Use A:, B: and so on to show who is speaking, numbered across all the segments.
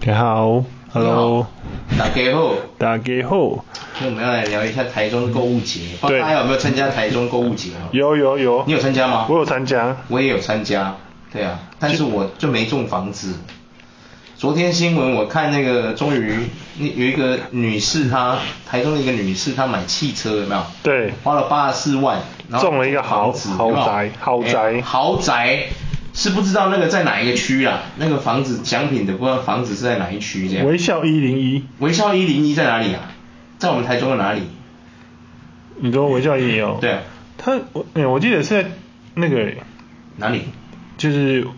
A: 大家好，Hello，
B: 打给后，
A: 大家好，
B: 那我们要来聊一下台中购物节，不知
A: 对
B: 道大家有没有参加台中购物节哦？
A: 有有有，
B: 你有参加吗？
A: 我有参加，
B: 我也有参加，对啊，但是我就没中房子。昨天新闻我看那个，终于那有一个女士她，台中的一个女士，她买汽车有没有？
A: 对
B: 花了八十四万，然后
A: 中了一个豪
B: 房子有没有
A: 豪宅豪宅
B: 哎豪宅是不知道那个在哪一个区啦，那个房子奖品的不知道房子是在哪一区这样。
A: 微笑一零一，
B: 微笑一零一在哪里啊？在我们台中的哪里？
A: 你说微笑一零一哦？
B: 对啊
A: 他我、哎我记得是在那个
B: 哪里？
A: 就是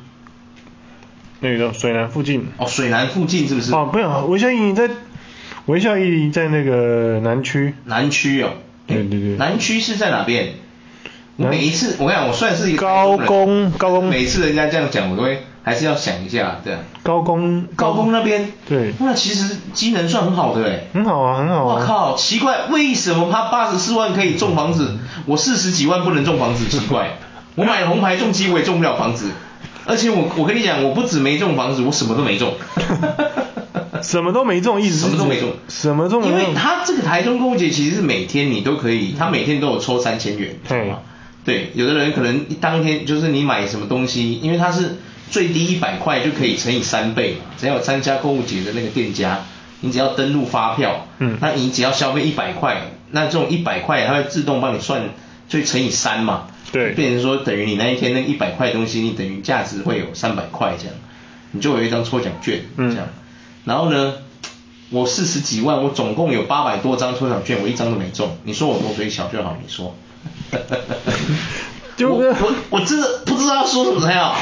A: 那个叫水南附近
B: 哦，水南附近是不是？
A: 哦，不有，微笑一零一在微笑一零一在那个南区，
B: 南区哦。
A: 对对对
B: 南区是在哪边？我
A: 南
B: 每一次，我跟你讲，我算是一个
A: 高工
B: 人
A: 高工
B: 每次人家这样讲，我都会还是要想一下，对啊。
A: 高工
B: 高工那边，
A: 对
B: 那其实机能算很好的哎。
A: 很好啊很好啊
B: 我靠，奇怪，为什么他八十四万可以中房子，我四十几万不能中房子？奇怪，我买红牌重机我也中不了房子，而且我我跟你讲，我不止没中房子，我什么都没 中。
A: 什么都没中，意思是
B: 什么都没
A: 指
B: 中，
A: 什么都没
B: 因
A: 中
B: 为他这个台中购物节其实是每天你都可以，他每天都有抽三千元，
A: 嘿
B: 知道吗对，有的人可能当天就是你买什么东西，因为它是最低一百块就可以乘以三倍嘛，只要有参加购物节的那个店家，你只要登录发票，
A: 嗯
B: 那你只要消费一百块，那这种一百块它会自动帮你算，就乘以三嘛，
A: 对
B: 变成说等于你那一天那一百块东西，你等于价值会有三百块这样，你就有一张抽奖券
A: 嗯
B: 这样。然后呢，我四十几万，我总共有八百多张抽奖券，我一张都没中。你说我多嘴巧就好，你说。
A: 就
B: 我我我真的不知道要说什么 才好。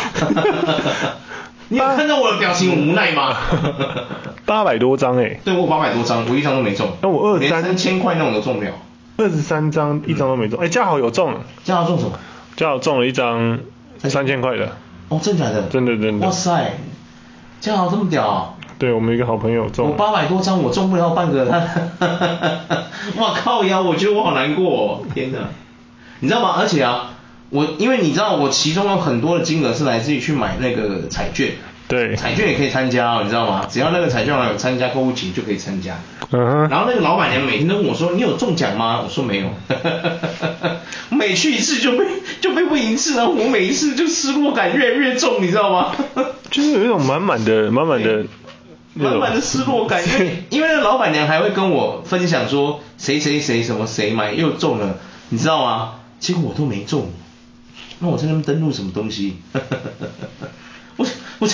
B: 你有看到我的表情很无 奈吗？
A: 八百多张哎、
B: 对我八百多张，我一张都没中。
A: 那我二
B: 连
A: 三
B: 三千块那种都中不了。
A: 二十三张，一张都没中。哎、嘉豪有中，
B: 这样中什么？
A: 嘉豪中了一张
B: 哎
A: 三千块的。
B: 哦，真假的？
A: 真的真的
B: 哇塞，这样这么屌啊！
A: 对我们一个好朋友中
B: 我
A: 了，
B: 八百多张，我中不了半个， 哇靠呀！我觉得我好难过、哦，天哪！你知道吗？而且啊，我因为你知道，我其中有很多的金额是来自于去买那个彩券，
A: 对
B: 彩券也可以参加、哦，你知道吗？只要那个彩券行有参加购物节就可以参加。
A: 嗯哼，
B: 然后那个老板娘每天都问我说：“你有中奖吗？”我说没有， 每去一次就被就被问一次然后我每一次就失落感越来越重，你知道吗？
A: 就是有一种满满的满满的那
B: 满
A: 种
B: 满的失落感， 因为因为那老板娘还会跟我分享说谁谁谁什么谁买又中了，你知道吗？结果我都没中，那我在那边登录什么东西？ 我我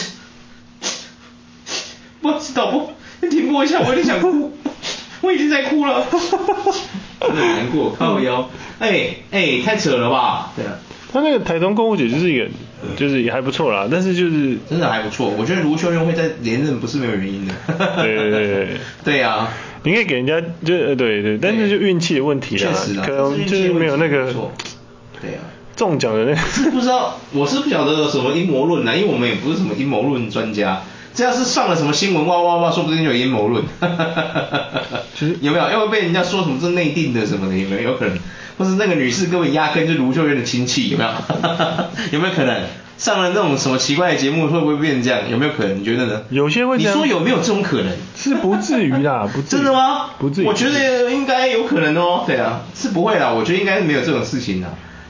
B: 不好意思，导播，你停播一下，我有点想 哭，我已经在哭了，真的很难过，靠腰，哎、哎、太扯了吧？对啊，
A: 他那个台中购物节就是一个，就是也还不错啦，但是就是
B: 真的还不错，我觉得卢秀燕会在连任不是没有原因的。
A: 对对对对对
B: 对啊。
A: 你可以给人家就呃对对，但是就运气的问题啦
B: 确实，啊，
A: 可能就是没有那
B: 这是运气的问题没
A: 个
B: 错对啊，
A: 中奖的那
B: 是
A: 个，
B: 不知道，我是不晓得有什么阴谋论啊啦，因为我们也不是什么阴谋论专家。这要是上了什么新闻，哇哇哇，说不定就有阴谋论。
A: 其实
B: 有没有？要会被人家说什么是内定的什么的，有没有？有可能，或是那个女士根本压根就是卢秀燕的亲戚，有没 有？有没有可能上了那种什么奇怪的节目，会不会变成这样？有没有可能？你觉得呢？
A: 有些会这
B: 你
A: 样
B: 说有没有这种可能？
A: 是不至于啦， 不至于。
B: 真的吗？
A: 不至于。
B: 我觉
A: 不至于
B: 得应该有可能哦。对啊，是不会啦，我觉得应该没有这种事情啦。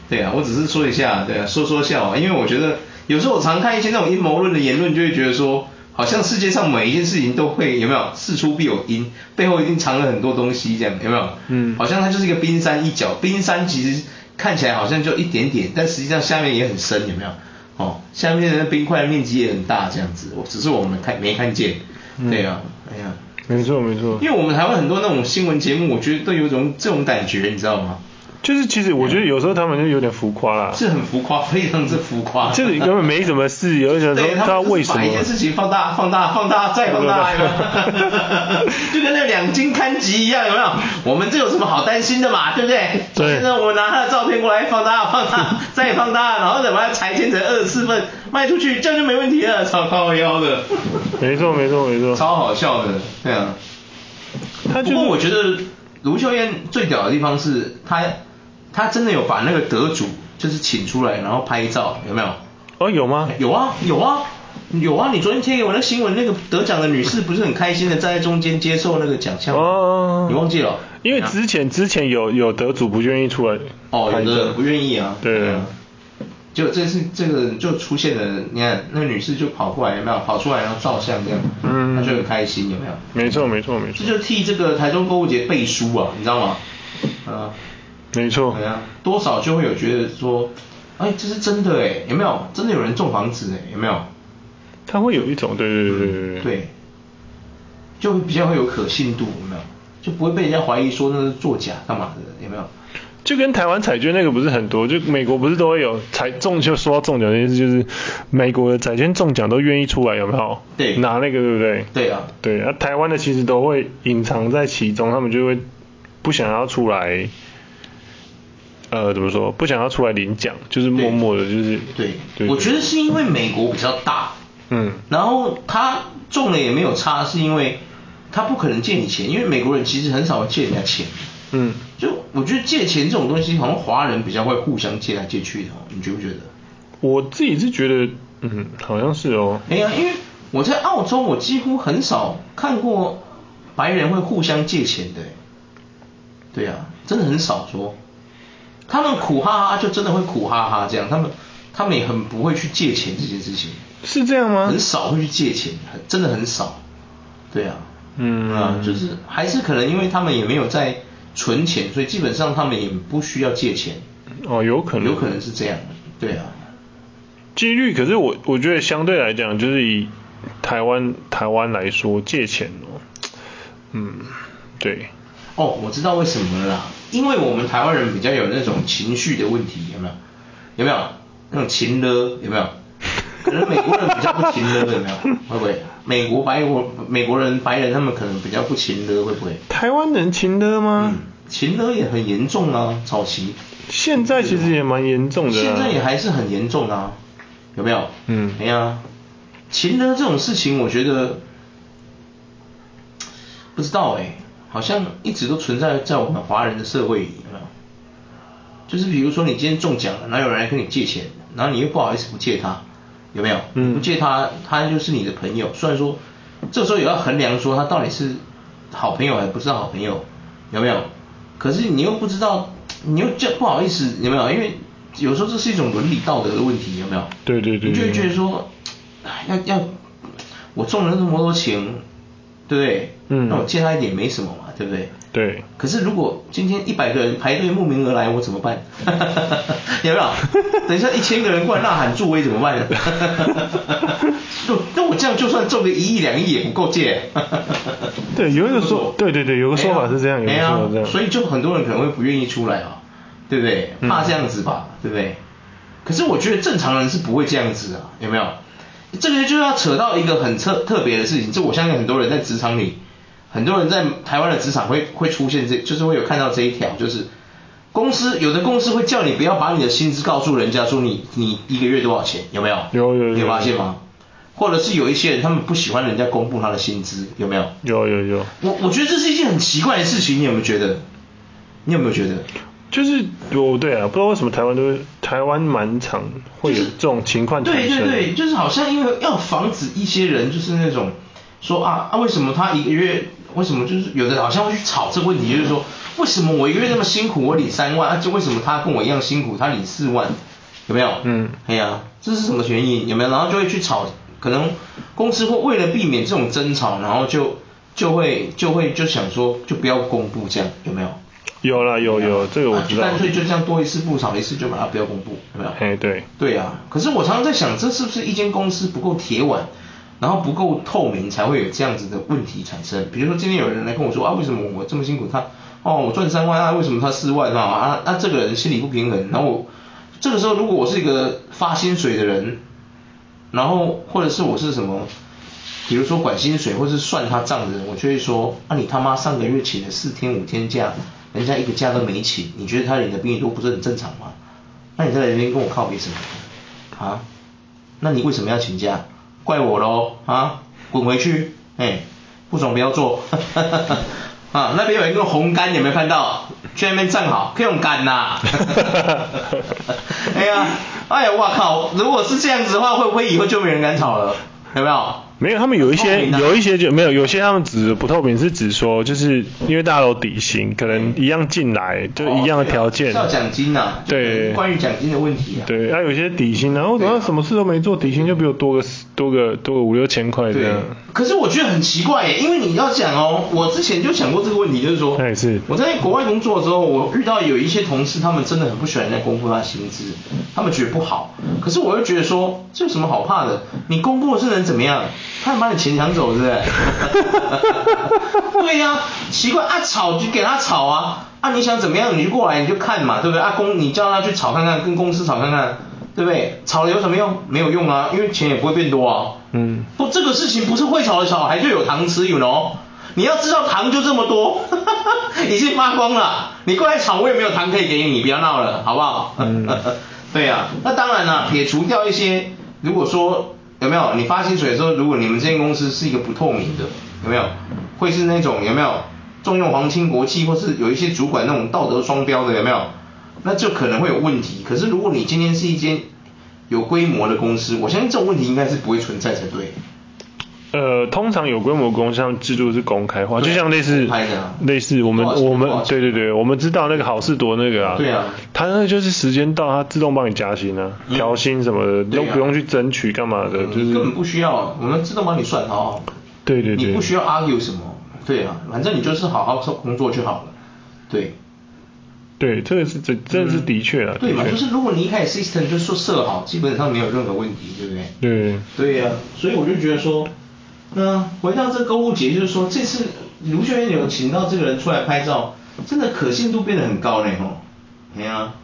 B: 对啊，我只是说一下，对啊，说说笑啊，因为我觉得有时候我常看一些那种阴谋论的言论，就会觉得说，好像世界上每一件事情都会有没有事出必有因，背后一定藏了很多东西，这样有没有？
A: 嗯
B: 好像它就是一个冰山一角，冰山其实看起来好像就一点点，但实际上下面也很深，有没有？哦，下面的冰块的面积也很大，这样子，我只是我们看没看见。
A: 嗯
B: 对啊，哎呀。
A: 没错没错，
B: 因为我们台湾很多那种新闻节目，我觉得都有一种这种感觉，你知道吗？
A: 就是其实我觉得有时候他们就有点浮夸啦，
B: 是很浮夸，非常之浮 夸。
A: 就是根本没什么 事，有一种说
B: 对，他
A: 他
B: 们
A: 为
B: 就是
A: 什么
B: 把一件事情放大、放大、放大再放大，有没 有就跟那两金刊集一样，有没有？我们这有什么好担心的嘛，对不对？
A: 对
B: 现在我们拿他的照片过来放大、放大 再放大，然后再把它裁剪成二十四份卖出去，这样就没问题了， 超高腰的，
A: 没错没错没错，
B: 超好笑的，对啊。
A: 他就
B: 不过我
A: 是
B: 觉得卢秀燕最屌的地方是她，她真的有把那个得主就是请出来，然后拍照，有没有？
A: 哦有吗？
B: 有啊，有啊，有啊，你昨天贴给我那新闻，那个得奖的女士不是很开心的站在中间接受那个奖项吗？
A: 哦
B: 你忘记了？
A: 因为
B: 啊
A: 之前之前有有得主不愿意出来
B: 哦，
A: 拍
B: 有的
A: 摄
B: 人不愿意啊。
A: 对
B: 啊就这是这个就出现了，你看那女士就跑过来，有没有？跑出来然后照相这样，
A: 嗯
B: 她就很开心，有没有？
A: 没错没错没
B: 这
A: 错
B: 就替这个台中购物节背书啊，你知道吗？啊，
A: 没错
B: 对，啊，多少就会有觉得说，哎，这是真的哎，有没有？真的有人种房子哎，有没有？
A: 他会有一种对对对对对
B: 对，就比较会有可信度，有没有？就不会被人家怀疑说那是作假干嘛的，有没有？
A: 就跟台湾彩券那个不是很多，就美国不是都会有彩中就说到中奖这件事，就是美国的彩券中奖都愿意出来，有没有？
B: 对
A: 拿那个对不对？
B: 对啊
A: 对，啊，台湾的其实都会隐藏在其中，他们就会不想要出来，呃，怎么说？不想要出来领奖，就是默默的，就是
B: 对，我觉得是因为美国比较大，
A: 嗯
B: 然后他中了也没有差，是因为他不可能借你钱，因为美国人其实很少会借人家钱。
A: 嗯，
B: 就我觉得借钱这种东西，好像华人比较会互相借来借去的哦，你觉不觉得？
A: 我自己是觉得，嗯，好像是哦，
B: 哎呀，因为我在澳洲，我几乎很少看过白人会互相借钱的。哎对呀、真的很少说。他们苦哈哈，就真的会苦哈哈这样，他们他们也很不会去借钱这件事情，
A: 是这样吗？
B: 很少会去借钱，很真的很少。对啊，
A: 嗯
B: 啊，就是还是可能因为他们也没有在存钱，所以基本上他们也不需要借钱。
A: 哦，有可能，
B: 有可能是这样，对啊，
A: 几率，可是我我觉得相对来讲，就是以台湾台湾来说，借钱哦，嗯，对，
B: 哦，我知道为什么了啦，因为我们台湾人比较有那种情绪的问题，有没有？有没有那种情勒？有没有？可能美国人比较不情勒，有没有？会不会？美国白国美国人白人他们可能比较不情勒，会不会？
A: 台湾人情的吗？
B: 嗯，情勒也很严重啊，早期。
A: 现在其实也蛮严重的、啊，
B: 现在也还是很严重啊，有没有？
A: 嗯
B: 哎呀，情勒这种事情，我觉得不知道哎、好像一直都存在在我们华人的社会里，有没有？就是比如说你今天中奖了，哪有人来跟你借钱？然后你又不好意思不借他，有没有？
A: 嗯
B: 你不借他，他就是你的朋友。虽然说这时候也要衡量说他到底是好朋友还不是好朋友，有没有？可是你又不知道，你又这不好意思，有没有？因为有时候这是一种伦理道德的问题，有没有？
A: 对对对
B: 你就会
A: 对
B: 觉得说，哎要要，我中了那么多情，对不对？
A: 嗯
B: 那我借他一点没什么嘛，对不对？
A: 对，
B: 可是如果今天一百个人排队慕名而来，我怎么办？ 有没有？等一下一千个人过来呐喊助威怎么办 呢？那那我这样就算中个一亿两亿也不够借。
A: 对有一个说
B: 是 不
A: 对
B: 是
A: 对对有个说法是这样有个
B: 哎呀
A: 说法是这样
B: 所以就很多人可能会不愿意出来啊，对不对？
A: 嗯
B: 怕这样子吧，对不对？可是我觉得正常人是不会这样子啊，有没有？这个就要扯到一个很特特别的事情，这我相信很多人在职场里，很多人在台湾的职场会会出现这，就是会有看到这一条，就是公司有的公司会叫你不要把你的薪资告诉人家，说你你一个月多少钱，有没有？
A: 有有有
B: 你有发现吗？或者是有一些人他们不喜欢人家公布他的薪资，有没有？
A: 有有有，
B: 我我觉得这是一件很奇怪的事情，你有没有觉得？你有没有觉得？
A: 就是我对啊，不知道为什么台湾都台湾蛮常会有这种情况产
B: 对
A: 生，
B: 对对，就是好像因为要防止一些人就是那种说啊啊，为什么他一个月为什么就是有的好像会去吵这个问题，就是说为什么我一个月那么辛苦，我领三万，啊就为什么他跟我一样辛苦，他领四万，有没有？
A: 嗯
B: 哎呀，这是什么原因？有没有？然后就会去吵，可能公司会为了避免这种争吵，然后就就会就会就想说就不要公布这样，有没有？
A: 有啦有有，这个我知道，
B: 干啊脆就这样多一事不如少一事，就把它不要公布，有没有？
A: 哎对，
B: 对啊，可是我常常在想，这是不是一间公司不够铁腕，然后不够透明，才会有这样子的问题产生？比如说今天有人来跟我说啊，为什么我这么辛苦他，哦，我赚三万啊，为什么他四万啊？啊，那、这个人心里不平衡，然后我这个时候如果我是一个发薪水的人，然后或者是我是什么，比如说管薪水或是算他账的人，我就会说，啊你他妈上个月请了四天五天假，人家一个假都没请，你觉得他领的比你多不是很正常吗？那你在那边跟我靠别什么？啊？那你为什么要请假？怪我喽啊！滚回去！哎、不爽不要做。 啊，那边有一个红杆，有没有看到？去那边站好，可以用杆呐、 哎呀，哎呀，哇靠！如果是这样子的话，会不会以后就没人敢吵了？有没有？
A: 没有，他们有一些
B: 不透明啊
A: 有一些就没有，有些他们指不透明是指说，就是因为大家有底薪，可能一样进来就一样的条件，
B: 哦是要奖金呐、啊，
A: 对
B: 关于啊奖金的问题啊，
A: 对，然、后有些底薪，然后怎么什么事都没做，底薪就比我多个十多个多个五六千块这
B: 对
A: 样。
B: 可是我觉得很奇怪耶，因为你要讲哦，我之前就想过这个问题，就是说，
A: 那也哎是
B: 我在国外工作的时候，我遇到有一些同事，他们真的很不喜欢人家公布他的薪资，他们觉得不好。可是我又觉得说，这有什么好怕的？你公布了是能怎么样？他能把你钱抢走，是不是？ 对呀、奇怪啊，吵就给他吵啊，啊你想怎么样你就过来你就看嘛，对不对？啊公你叫他去吵看看，跟公司吵看看，对不对？吵了有什么用？没有用啊，因为钱也不会变多啊。
A: 嗯，
B: 不，这个事情不是会炒的小孩就有糖吃，you know？你要知道糖就这么多， 已经发光了。你过来炒，我也没有糖可以给你，不要闹了，好不好？
A: 嗯
B: 对呀、那当然啦，撇除掉一些，如果说有没有你发薪水的时候，如果你们这间公司是一个不透明的，有没有？会是那种有没有重用皇亲国戚，或是有一些主管那种道德双标的，有没有？那就可能会有问题。可是如果你今天是一间有规模的公司，我相信这种问题应该是不会存在才对。
A: 呃，通常有规模工商制度是公开化，
B: 对
A: 就像类似
B: 公开的啊
A: 类似我们
B: 多少钱
A: 我们
B: 多少钱
A: 对对对，我们知道那个好事多那个啊，
B: 对啊
A: 他那个就是时间到，他自动帮你加薪啊，
B: 嗯
A: 调薪什么的
B: 对
A: 都
B: 啊嗯
A: 不用去争取干嘛的，就是
B: 根本不需要，我们自动帮你算好。
A: 对对对
B: 你不需要 argue 什么，对啊，反正你就是好好做工作就好了，对。
A: 对，这个是这这是的确啊，
B: 嗯对嘛，
A: 的
B: 就
A: 确
B: 是如果你一开始 system 就说设好，基本上没有任何问题，对不对？
A: 对
B: 对呀、所以我就觉得说，那回到这购物节，就是说这次卢秀燕有请到这个人出来拍照，真的可信度变得很高呢吼。哎呀、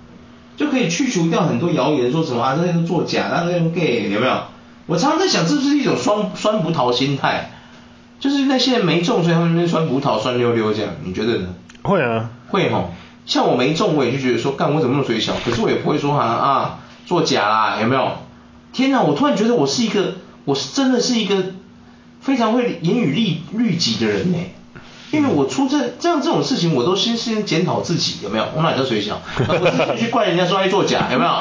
B: 就可以去除掉很多谣言，说什么啊那个作假，那个 gay 有没有？我常常在想，这是一种酸酸葡萄心态，就是那些人没中，所以他们那边酸葡萄酸溜溜这样，你觉得呢？
A: 会啊，
B: 会吼，像我没中，我也就觉得说，干我怎么那么水小？可是我也不会说啊啊作假啦，有没有？天哪，我突然觉得我是一个，我是真的是一个非常会严于律律己的人呢。因为我出这这样这种事情，我都先先检讨自己有没有，我哪叫水小？我自己去怪人家说爱作假，有没 有？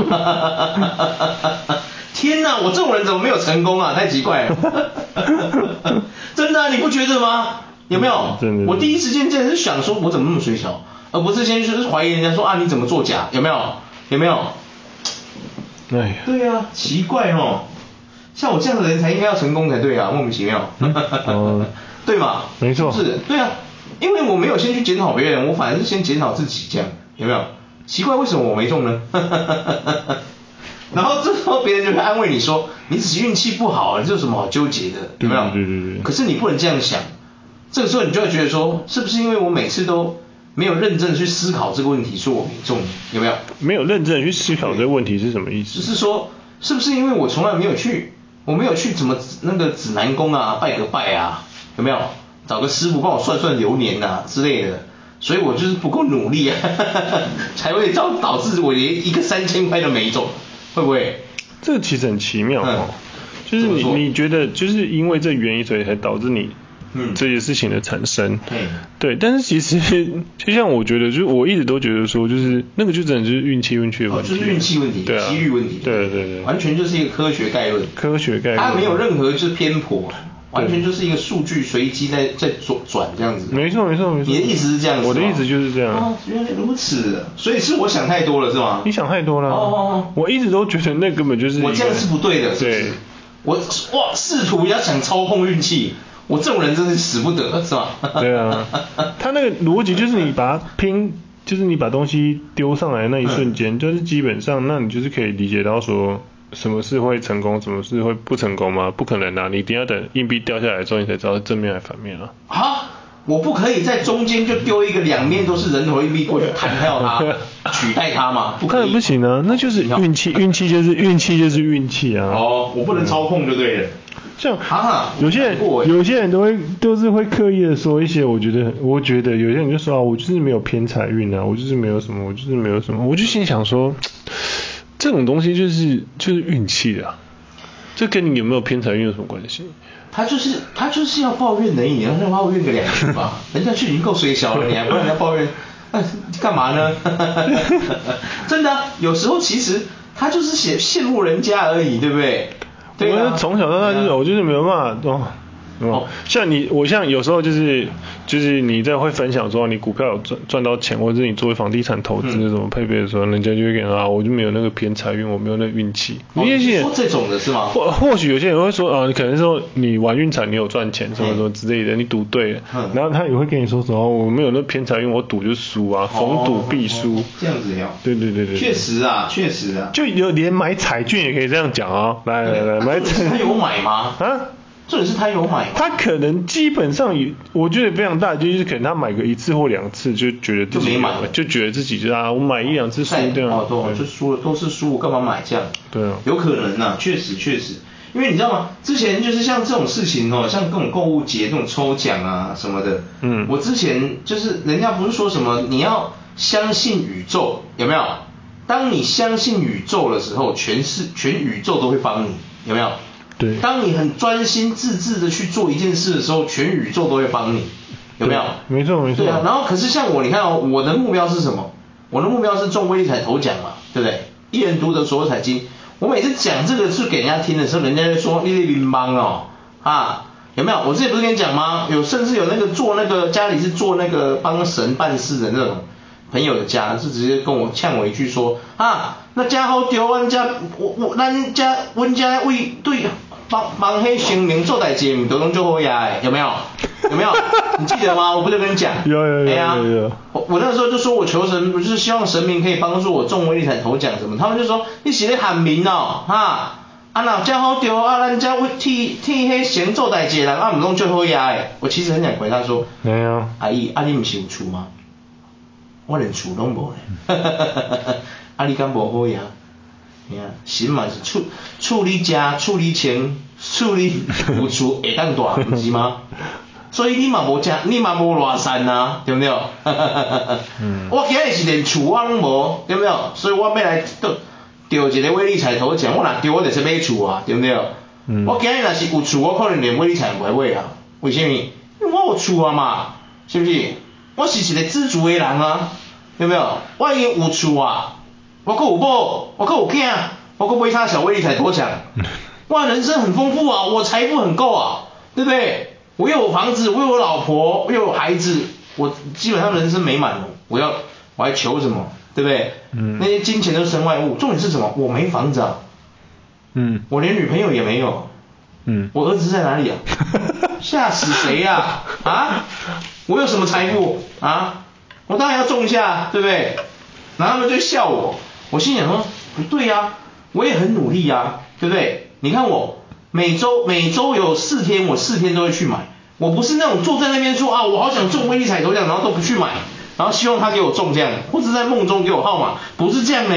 B: 天哪，我这种人怎么没有成功啊？太奇怪了， 真的啊、你不觉得吗？有没有？
A: 真的
B: 我第一时间真的是想说，我怎么那么水小，而不是先去怀疑人家说啊你怎么作假，有没有？有没有？
A: 哎呀，
B: 对啊，奇怪哦，像我这样的人才应该要成功才对啊，莫名其妙，
A: 哦
B: 对吧？
A: 没错
B: 是不是，对啊，因为我没有先去检讨别人，我反而是先检讨自己，这样有没有？奇怪，为什么我没中呢？ 然后这时候别人就会安慰你说，你只是运气不好，你这有什么好纠结的？有没有？
A: 对对对对
B: 可是你不能这样想，这个时候你就会觉得说，是不是因为我每次都没有认真的去思考这个问题，所以我没中，有没有？
A: 没有认真地去思考这个问题是什么意
B: 只
A: 思，
B: 是说，是不是因为我从来没有去，我没有去怎么那个指南宫啊，拜个拜啊，有没有？找个师傅帮我算算流年呐、之类的，所以我就是不够努力啊， 才会导导致我连一个三千块都没中，会不会？
A: 这其实很奇妙哦
B: 嗯。
A: 就是你
B: 怎么说
A: 你觉得就是因为这原因，所以才导致你
B: 嗯
A: 这些事情的产生。
B: 嗯
A: 对，但是其实 就像我觉得，就是我一直都觉得说，就是那个就真的就是运气运气的
B: 哦，
A: 问题
B: 就
A: 啊，
B: 是运气问题，
A: 对啊，
B: 几率问题，啊
A: 对对对，
B: 完全就是一个科学概论，
A: 科学概论
B: 它没有任何就是偏颇，啊完全就是一个数据随机在在转转这样子，
A: 没错没错没错。
B: 你的意思是这样子吗？
A: 我的意思就是这样
B: 哦。，原来如此，所以是我想太多了是吗？
A: 你想太多了。
B: 哦哦哦
A: 我一直都觉得那根本就是一个
B: 我这样是不对的，是不是
A: 对，
B: 我哇，试图要想操控运气，我这种人真是使不得，是吧？
A: 对 啊， 他那个逻辑就是你把它拼，就是你把东西丢上来的那一瞬间，就是基本上，那你就是可以理解到说，什么事会成功，什么事会不成功吗？不可能啊，你一定要等硬币掉下来之后，你才知道是正面还是反面啊。
B: 啊，我不可以在中间就丢一个两面都是人头硬币过去弹跳它，取代它吗？
A: 当
B: 不可
A: 然
B: 以，
A: 不行啊，那就是运气，运气就是运气就是运气啊。
B: 哦，我不能操控就对了。
A: 像
B: 啊
A: 有些人
B: 难过耶
A: 有些人都会都是会刻意的说一些，我觉得我觉得有些人就说啊，我就是没有偏财运啊，我就是没有什么，我就是没有什么，我就心想说，这种东西就是就是运气啊，这跟你有没有偏财运有什么关系？
B: 他就是他就是要抱怨而已，你让他抱怨个两 句吧，人家就已经够水小了，你还不让人家抱怨，那、干嘛呢？ 真的啊、有时候其实他就是羡羡慕人家而已，对不对？对啊
A: 我是从小到大就是，
B: 对啊
A: 我就是没有办法哦。哦
B: 哦，
A: 像你，我像有时候就是就是你在会分享说你股票有赚赚到钱，或者是你作为房地产投资
B: 嗯
A: 什么配备的时候，人家就会给你啊，我就没有那个偏财运，我没有那个运气。
B: 哦
A: 也许
B: 你说这种的是吗
A: 或或许有些人会说啊，你可能说你玩运彩你有赚钱什么什么之类的，你赌对了
B: 嗯，
A: 然后他也会跟你说什么哦我没有那偏财运，我赌就输啊，逢赌必输
B: 哦。这样子聊。
A: 对对对对，对
B: 确实啊，确实啊。
A: 就有连买彩券也可以这样讲啊、来来来，买
B: 重点哎是他
A: 彩
B: 有买吗？
A: 啊，
B: 重点是他有买吗，
A: 他可能基本上也，我觉得非常大，就是可能他买个一次或两次就觉得自己
B: 就没买
A: 就觉得自己就是啊，我买一两次输
B: 哎
A: 掉，
B: 哦，
A: 对
B: 对，就输了，都是输，我干嘛买这样？
A: 对啊
B: 有可能呐、确实确实，因为你知道吗？之前就是像这种事情哦，像各种购物节、这种抽奖啊什么的，
A: 嗯
B: 我之前就是人家不是说什么你要相信宇宙，有没有？当你相信宇宙的时候，全是全宇宙都会帮你，有没有？
A: 对
B: 当你很专心致志的去做一件事的时候，全宇宙都会帮你，有没有？
A: 对没错没错
B: 对啊，然后可是像我，你看哦，我的目标是什么？我的目标是中威力彩头奖嘛，对不对？一人独得所有彩金。我每次讲这个去给人家听的时候，人家就说你是林邦哦啊，有没有？我之前不是跟你讲吗？有甚至有那个做那个家里是做那个帮神办事的那种朋友的家，是直接跟我呛我一句说啊，那家好丢，阮家我我咱家阮家为对帮帮黑神明做代志，唔得拢做好呀，有没有？有没有？你记得吗？我不是跟你讲。
A: 有有有
B: 哎呀
A: 有有
B: 我我那时候就说我求神，我就是希望神明可以帮助我中威力彩头奖什么，他们就说你写的喊名哦，哈，啊哪家好丢啊，咱家为替替黑神做代志的人，啊唔弄最好呀诶。我其实很想回答说，
A: 没有
B: 阿姨，啊你唔是有厝吗？我连厝拢无咧，啊你敢无好呀？哎呀，神嘛是处处理家、处理钱、处理有厝会当大，毋是吗？所以你嘛无正，你嘛无偌善啊，对毋对？嗯、 我今日是连厝我拢无，对毋对？所以我要来得着一个威力彩头奖，我若着我就是买厝啊，对毋对？
A: 嗯
B: 我今日若是有厝，我可能连威力彩都袂买啊，为什么？因为我有厝啊嘛，是毋是？我是一个知足的人啊，对毋对？我已经有厝啊，我够有某，我够有囝，我够买啥小威力彩头奖。哇，人生很丰富啊，我财富很够啊，对不对？我又有房子，我又有老婆，我又有孩子，我基本上人生美满了。我要，我还求什么？对不对？
A: 嗯
B: 那些金钱都是身外物，重点是什么？我没房子啊，
A: 嗯
B: 我连女朋友也没有，
A: 嗯，
B: 我儿子在哪里啊？吓死谁呀、啊？我有什么财富啊？我当然要种一下，对不对？然后他们就笑我，我心想说不对呀、我也很努力呀、对不对？你看我每周每周有四天，我四天都会去买，我不是那种坐在那边说啊，我好想中威力彩头奖，然后都不去买。然后希望他给我中这样，或者在梦中给我号码，不是这样呢、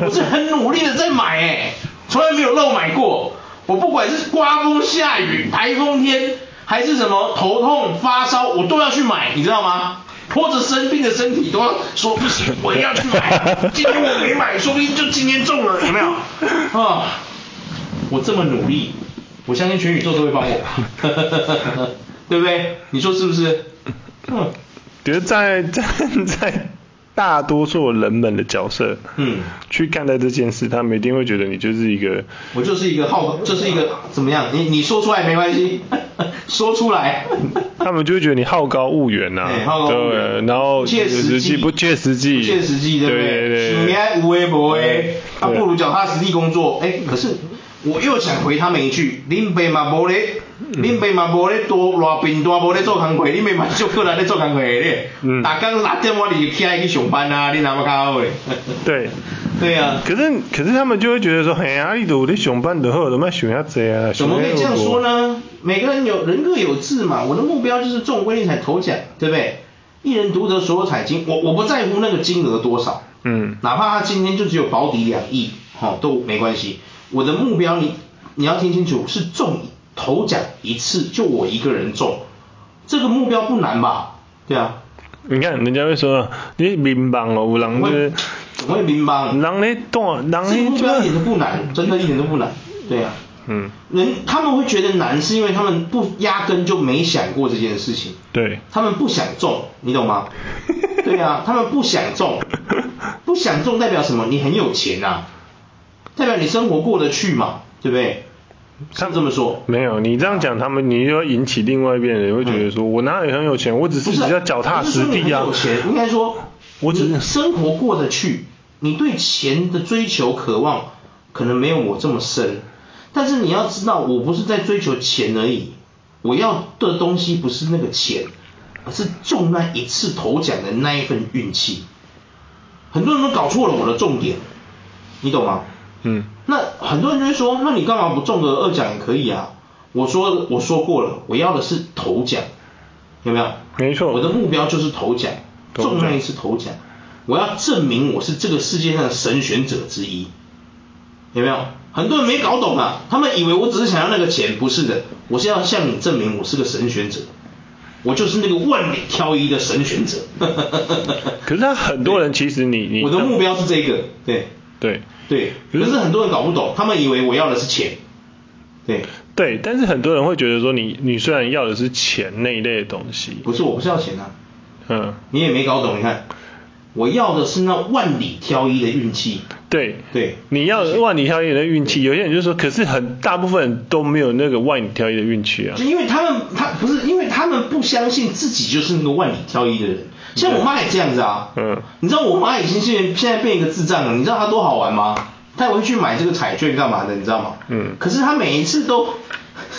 B: 我是很努力的在买哎、从来没有漏买过。我不管是刮风下雨、台风天，还是什么头痛发烧，我都要去买，你知道吗？拖着生病的身体都要说不行，我一定要去买。今天我没买，说不定就今天中了，有没有？ 啊，我这么努力，我相信全宇宙都会帮我，对不对？你说是不是？嗯
A: 觉得在站在大多数人们的角色，
B: 嗯，
A: 去看待这件事，他们一定会觉得你就是一个
B: 我就是一个好，就是一个怎么样？你你说出来没关系， 说出来。
A: 他们就会觉得你好高骛远呐、
B: 哎好高骛远
A: 对，然后
B: 不切实际，
A: 不切实际，
B: 不切实际，对
A: 对
B: 不对？
A: 对
B: 你
A: 对，
B: 爱无为不为
A: 对，
B: 啊，不如脚踏实地工作。哎，可是我又想回他们一句：，恁爸嘛无咧，
A: 嗯
B: 恁爸嘛无咧多偌贫惰，无咧做工课，恁爸嘛足过来咧做工课咧。
A: 嗯
B: 大工六点我就起来去上班啊，恁阿妈较好咧。
A: 对。
B: 对啊，
A: 可是可是他们就会觉得说，嘿啊，你都在上班的好，怎么想遐济啊？
B: 怎么可以这样说？呢？每个人有人各有志嘛，我的目标就是中威力彩头奖，对不对？一人独得所有彩金，我我不在乎那个金额多少，
A: 嗯
B: 哪怕他今天就只有保底两亿，哦，都没关系。我的目标你你要听清楚，是中头奖一次，就我一个人中，这个目标不难吧？对啊，
A: 你看人家会说，你民帮哦，有人
B: 我
A: 就是
B: 也，我也明白，
A: 人咧断，人
B: 哎 这
A: 咧
B: 个目标一点都不难，真的一点都不难，对啊。
A: 嗯，
B: 人他们会觉得难，是因为他们不压根就没想过这件事情，
A: 对，
B: 他们不想中，你懂 吗？对啊，他们不想中，不想中代表什么？你很有钱啊，代表你生活过得去嘛，对不对？是这么说。
A: 没有，你这样讲他们，你又要引起另外一边的人会觉得说，我哪里很有钱，我只是
B: 嗯不是
A: 比较脚踏实地啊
B: 不。是说你很有钱，应该说，
A: 我只是
B: 你生活过得去，你对钱的追求渴望可能没有我这么深，但是你要知道，我不是在追求钱而已，我要的东西不是那个钱，而是中那一次头奖的那一份运气。很多人都搞错了我的重点，你懂吗？
A: 嗯，
B: 那很多人就会说，那你干嘛不中个二奖也可以啊？我说我说过了，我要的是头奖，有没有？
A: 没错
B: 我的目标就是头奖，
A: 头奖
B: 中那一次头奖，我要证明我是这个世界上的神选者之一，有没有？很多人没搞懂啊，他们以为我只是想要那个钱，不是的，我是要向你证明我是个神选者，我就是那个万里挑一的神选者。
A: 可是他很多人其实你你
B: 我的目标是这个，对
A: 对
B: 对，可是很多人搞不懂，他们以为我要的是钱，对，
A: 对，但是很多人会觉得说你你虽然要的是钱那一类的东西，
B: 不是我不是要钱啊，
A: 嗯，
B: 你也没搞懂，你看，我要的是那万里挑一的运气，
A: 对
B: 对
A: 你要万里挑一的运气，有些人就说，可是很大部分人都没有那个万里挑一的运气 啊
B: 就。因为他们他不是因为他们不相信自己就是那个万里挑一的人，像我妈也这样子啊，
A: 嗯
B: 你知道我妈已经是现在变一个智障了，你知道她多好玩吗？她也会去买这个彩券干嘛的，你知道吗？
A: 嗯
B: 可是她每一次都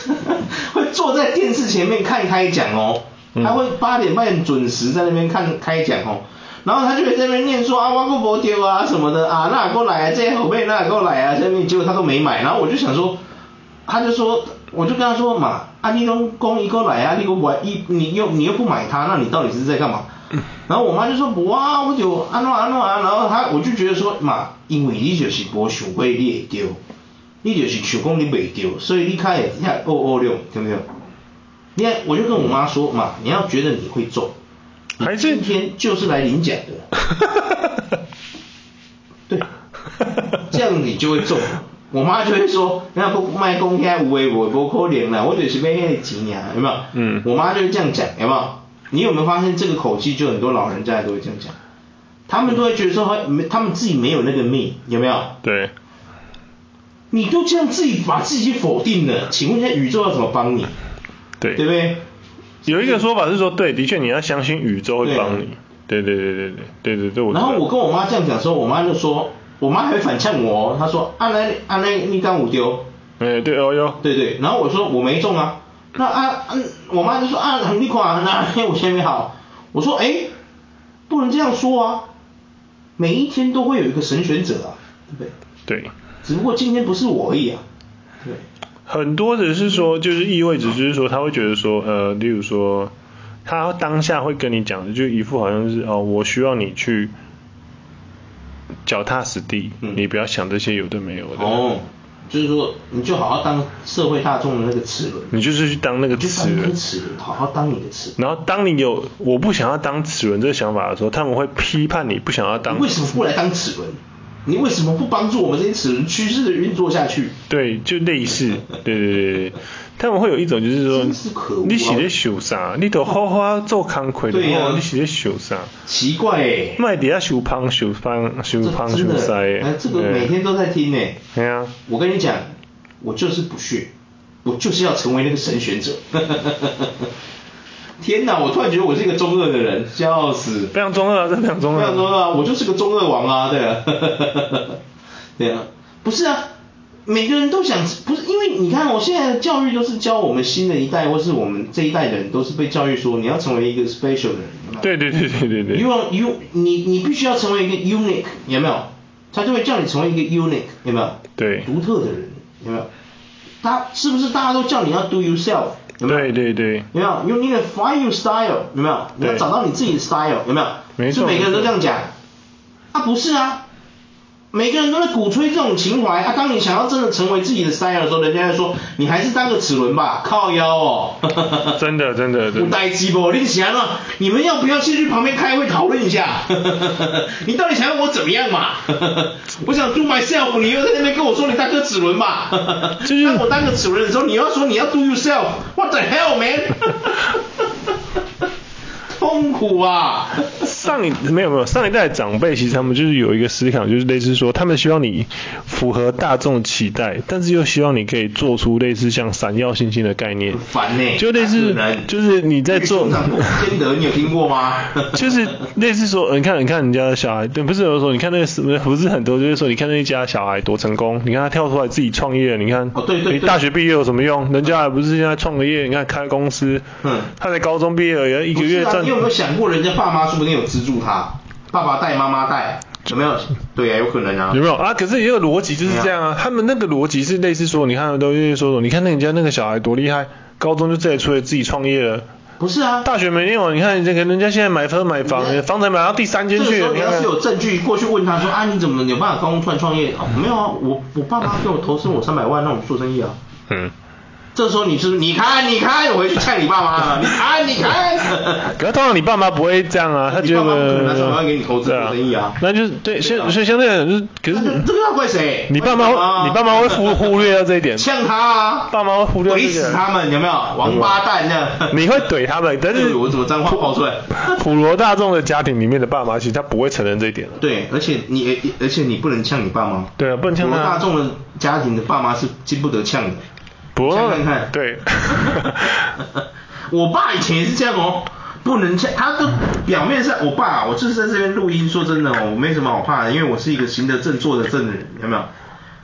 B: 会坐在电视前面看开奖哦，
A: 嗯
B: 她会八点半准时在那边看开奖哦。然后她就会在那边念说啊，我过没丢啊什么的啊，那过来啊，这后背那过来啊，下面结果她都没买。然后我就想说，她就说，我就跟她说嘛，啊你都公一过来啊，你又买一你又你又不买它，那你到底是在干嘛？
A: 嗯
B: 然后我妈就说不啊，我就安怎安怎啊，然后她我就觉得说嘛，因为你就是无想过你会丢，你就是想讲你袂丢，所以你开会遐哦哦六，对不对？你看，我就跟我妈说嘛，你要觉得你会中，你
A: 还是
B: 今天就是来领奖的， 对， 这样你就会中。我妈就会说，那不卖公开无为我不可怜了，我只是被那几年，有没有？
A: 嗯
B: 我妈就会这样讲，有没有？你有没有发现这个口气，就很多老人家都会这样讲，他们都会觉得说，没他们自己没有那个命，有没有？
A: 对，
B: 你都这样自己把自己否定了，请问一下宇宙要怎么帮你？
A: 对，
B: 对不对？
A: 有一个说法是说，对，的确你要相信宇宙会帮你。对对对对对对对对，我知
B: 然
A: 道
B: 后我跟我妈这样讲的时候，我妈就说，我妈还会反呛我、哦，她说啊那啊那你干我丢，
A: 哎对哦哟，
B: 对对，然后我说我没中啊，那啊嗯，我妈就说啊很厉害啊，那我先没好，我说哎，不能这样说啊，每一天都会有一个神选者啊，对不对？
A: 对，
B: 只不过今天不是我而已啊，对不对。
A: 很多只是说，就是意味着，就是说他会觉得说，呃，例如说，他当下会跟你讲的，就一副好像是哦，我需要你去脚踏实地，
B: 嗯
A: 你不要想这些有的没有的，
B: 哦，就是说你就好好当社会大众的那个齿轮，
A: 你就是去当那个
B: 你就当
A: 词
B: 你的
A: 人。
B: 齿轮，好好当你的齿轮。
A: 然后当你有我不想要当齿轮这个想法的时候，他们会批判你不想要当
B: 你为什么不来当齿轮？你为什么不帮助我们这些齿轮趋势的运作下去？
A: 对，就类似，对对对对，他们会有一种就是说
B: 真是可恶啊，
A: 你写的想啥？你都好好做工课就
B: 对
A: 好，
B: 啊
A: 你写的想啥？
B: 奇怪哎、欸，
A: 卖底下修胖修胖修胖
B: 这
A: 修
B: 真的，
A: 塞
B: 哎，
A: 耶，
B: 这个每天都在听哎、
A: 对啊，
B: 我跟你讲，我就是不屑，我就是要成为那个神选者。 天哪！我突然觉得我是一个中二的人，笑死。
A: 非常中二啊，这非常中
B: 不
A: 二
B: 要说
A: 啊。
B: 啊，我就是个中二王啊，对啊， 对啊，不是啊，每个人都想，不是因为你看，我现在的教育都是教我们新的一代或是我们这一代人，都是被教育说你要成为一个 special 的人，有没有
A: 对对对对对对
B: ，you，are you，你你必须要成为一个 unique，有没有？他就会叫你成为一个 unique，有没有？
A: 对
B: 独特的人，有没有？他是不是大家都叫你要 do yourself，有没有？
A: 对对对，
B: 有没有？You need to find your style，有没有？你要
A: 对
B: 找到你自己的 style，有没有？
A: 没错
B: 是每个人都这样讲。啊，不是啊，每个人都在鼓吹这种情怀。啊，当你想要真的成为自己的 style 的时候，人家就说你还是当个齿轮吧，靠腰哦。
A: 真的真的
B: 有
A: 真的，
B: 代志不？你是安怎？你们要不要先去旁边开会讨论一下？ 你到底想要我怎么样嘛？我想 do myself，你又在那边跟我说你当个齿轮嘛？
A: 就是
B: 当我当个齿轮的时候，你要说你要 do yourself，what the hell man？痛苦啊！
A: 上一没有没有上一代的长辈，其实他们就是有一个思考，就是类似说，他们希望你符合大众期待，但是又希望你可以做出类似像闪耀星星的概念
B: 很，烦呢，
A: 就类似
B: 哪有人
A: 就是你在做
B: 那个熊掌不可兼得，你有听过吗？
A: 就是类似说，呃你看，你看人家的小孩，对，不是有时候你看那个什么，不是很多，就是说，你看那一家小孩多成功，你看他跳出来自己创业，你看，
B: 哦对对
A: 你
B: 对
A: 大学毕业有什么用？人家还不是现在创个业，你看开公司，
B: 嗯
A: 他才高中毕业而已，一个
B: 不是
A: 月
B: 啊，
A: 赚
B: 你有没有想过，人家爸妈说不定有资助他，爸爸带，妈妈带，有没有？对 啊，有可能啊
A: 有。没有啊？可是也有逻辑就是这样啊。他们那个逻辑是类似说，你看都是说，你看那人家那个小孩多厉害，高中就自己出来自己创业了，
B: 不是啊，
A: 大学没念完，你看这个人家现在买车买房
B: 人，家
A: 房才买到第三
B: 这
A: 间
B: 个
A: 去
B: 时
A: 了，
B: 候你
A: 你
B: 要
A: 看
B: 是
A: 看。
B: 有证据过去问他说啊，
A: 嗯
B: 你怎么有办法高中突然创业？哦，没有啊，我我爸妈给我投资我三百万，让我做生意啊。
A: 嗯。
B: 这时候你是不是你看你看，我回去呛你爸妈了，你看你看。
A: 可是通常你爸妈不会这样啊，他
B: 你
A: 觉得
B: 爸妈不可能拿三百万给你投资
A: 对
B: 做生意啊
A: 那就是对，
B: 对啊
A: 相所以相对来讲就是，可
B: 那
A: 是
B: 这这个要怪谁？
A: 你爸妈
B: 啊
A: 会，你爸妈会 忽忽略掉这一点，
B: 呛他啊，
A: 爸妈会忽略
B: 怼
A: 这
B: 死
A: 个，嗯
B: 他们，有没有？王八蛋这
A: 你会怼他们，但
B: 对，
A: 是
B: 我怎么脏话爆出来？
A: 普罗大众的家庭里面的爸妈其实他不会承认这一点的。
B: 对，而且你，而且你不能呛你爸妈。
A: 对啊，不能
B: 我
A: 像
B: 们大
A: 他，
B: 众的家庭的爸妈是经不得呛的。
A: 不
B: 想想看
A: 对，
B: 我爸以前也是这样哦，不能呛，他都表面上我爸，我就是在这边录音。说真的哦，我没什么好怕的，因为我是一个行得正坐得正的人，有没有？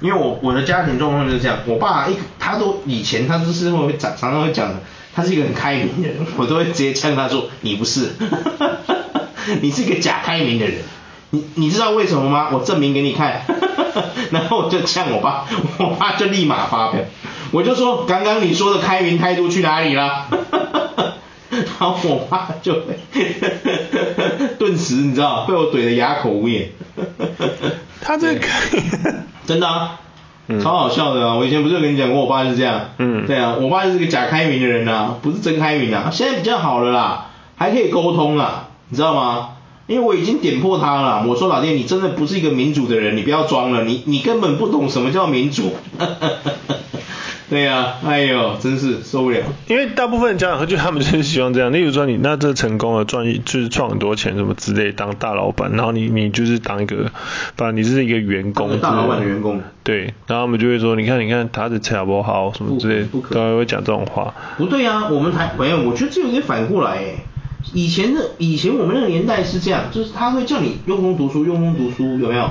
B: 因为我我的家庭状况就是这样，我爸一他都以前他就是会常常常会讲的，他是一个很开明的人，我都会直接呛他说你不是， 你是一个假开明的人。你你知道为什么吗？我证明给你 看，然后我就呛我爸，我爸就立马发飙，我就说刚刚你说的开明态度去哪里 了？然后我爸就被 顿时你知道被我怼得哑口无言，
A: 他这个
B: 真的啊，超好笑的啊！我以前不是有跟你讲过，我爸是这样，
A: 嗯
B: 对啊，我爸就是个假开明的人啊，不是真开明啊，现在比较好了啦，还可以沟通啦，你知道吗？因为我已经点破他了，我说老爹，你真的不是一个民主的人，你不要装了，你你根本不懂什么叫民主。 对呀、啊，哎呦，真是受不了。
A: 因为大部分家长就他们就是希望这样，例如说你那这成功了赚一就是赚很多钱什么之类，当大老板，然后你你就是当一个，反正你是一个员工之类，
B: 当个大老板的员工
A: 对，然后他们就会说，你看你看他的菜不好什么之类，
B: 不不可
A: 当然会讲这种话，
B: 不对啊，我们台没有，我觉得这有点反过来哎。以前的以前我们那个年代是这样，就是他会叫你用功读书，用功读书，有没有？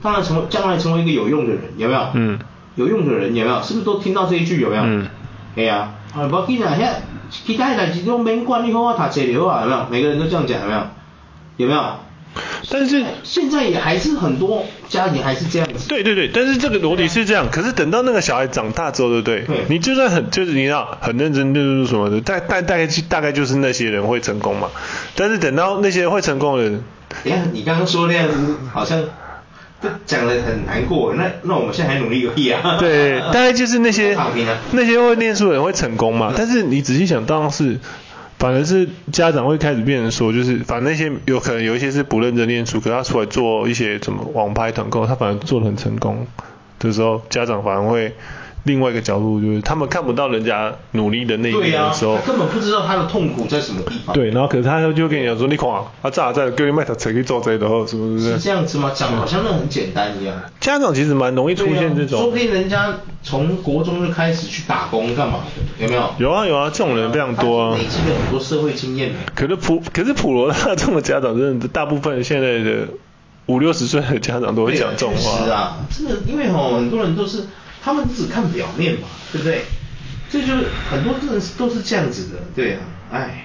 B: 当然成为将来成为一个有用的人，有没有？
A: 嗯，
B: 有用的人有没有？是不是都听到这一句有没有？
A: 嗯，
B: 哎呀、啊，啊，无其他遐，其他的代志拢免管，你好好读册就好啊，有没有？每个人都这样讲有没有？有没有？
A: 但是。
B: 现在也还是很多家庭还是这样子。
A: 对对对，但是这个逻辑是这样，可是等到那个小孩长大之后，对不对？
B: 对
A: 你就算很就是你知道很认真就是什么的，大大大概大概就是那些人会成功嘛。但是等到那些会成功的人，
B: 等一下，你刚刚说那样子，好像这讲的很难过。那那我们现在还努力个屁 啊！
A: 对，大概就是那些
B: 躺平啊
A: 那些会念书的人会成功 嘛。但是你仔细想，当然是反而是家长会开始变成说，就是反正那些有可能有一些是不认真念书，可是他出来做一些什么网拍团购，他反而做的很成功的时候，家长反而会另外一个角度，就是他们看不到人家努力的那一
B: 对啊
A: 面
B: 呀、
A: 的时候
B: 他。根本不知道他的痛苦在什么地方。，
A: 对，然后可是他就会跟你讲说，你看啊，啊咋咋，跟你卖头才去做这个，然后是不
B: 是
A: 是？
B: 这样子吗？讲得好像那很简单一样。
A: 家长其实蛮容易出
B: 对
A: 现这
B: 啊，说
A: 种
B: 不，定人家从国中就开始去打工干嘛的，有没有？
A: 有啊有啊，这种人非常多啊
B: 他。累积了很多社会经验的。
A: 可是普可是普罗大众的家长，真的大部分现在的五六十岁的家长都会讲这种
B: 对啊确实
A: 话。
B: 啊，这个因为吼很多人都是他们只看表面嘛，对不对？这就是很多人都是这样子的，对啊，哎，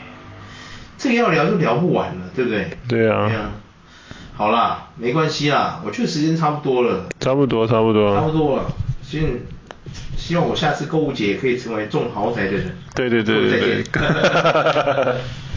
B: 这个要聊就聊不完了，对不对？
A: 对啊
B: 对啊。好啦，没关系啦，我觉得时间差不多了，
A: 差不多，差不多。
B: 差不。多了，希希 望我下次购物节可以成为中豪宅的人。
A: 对对对对对
B: 各位再见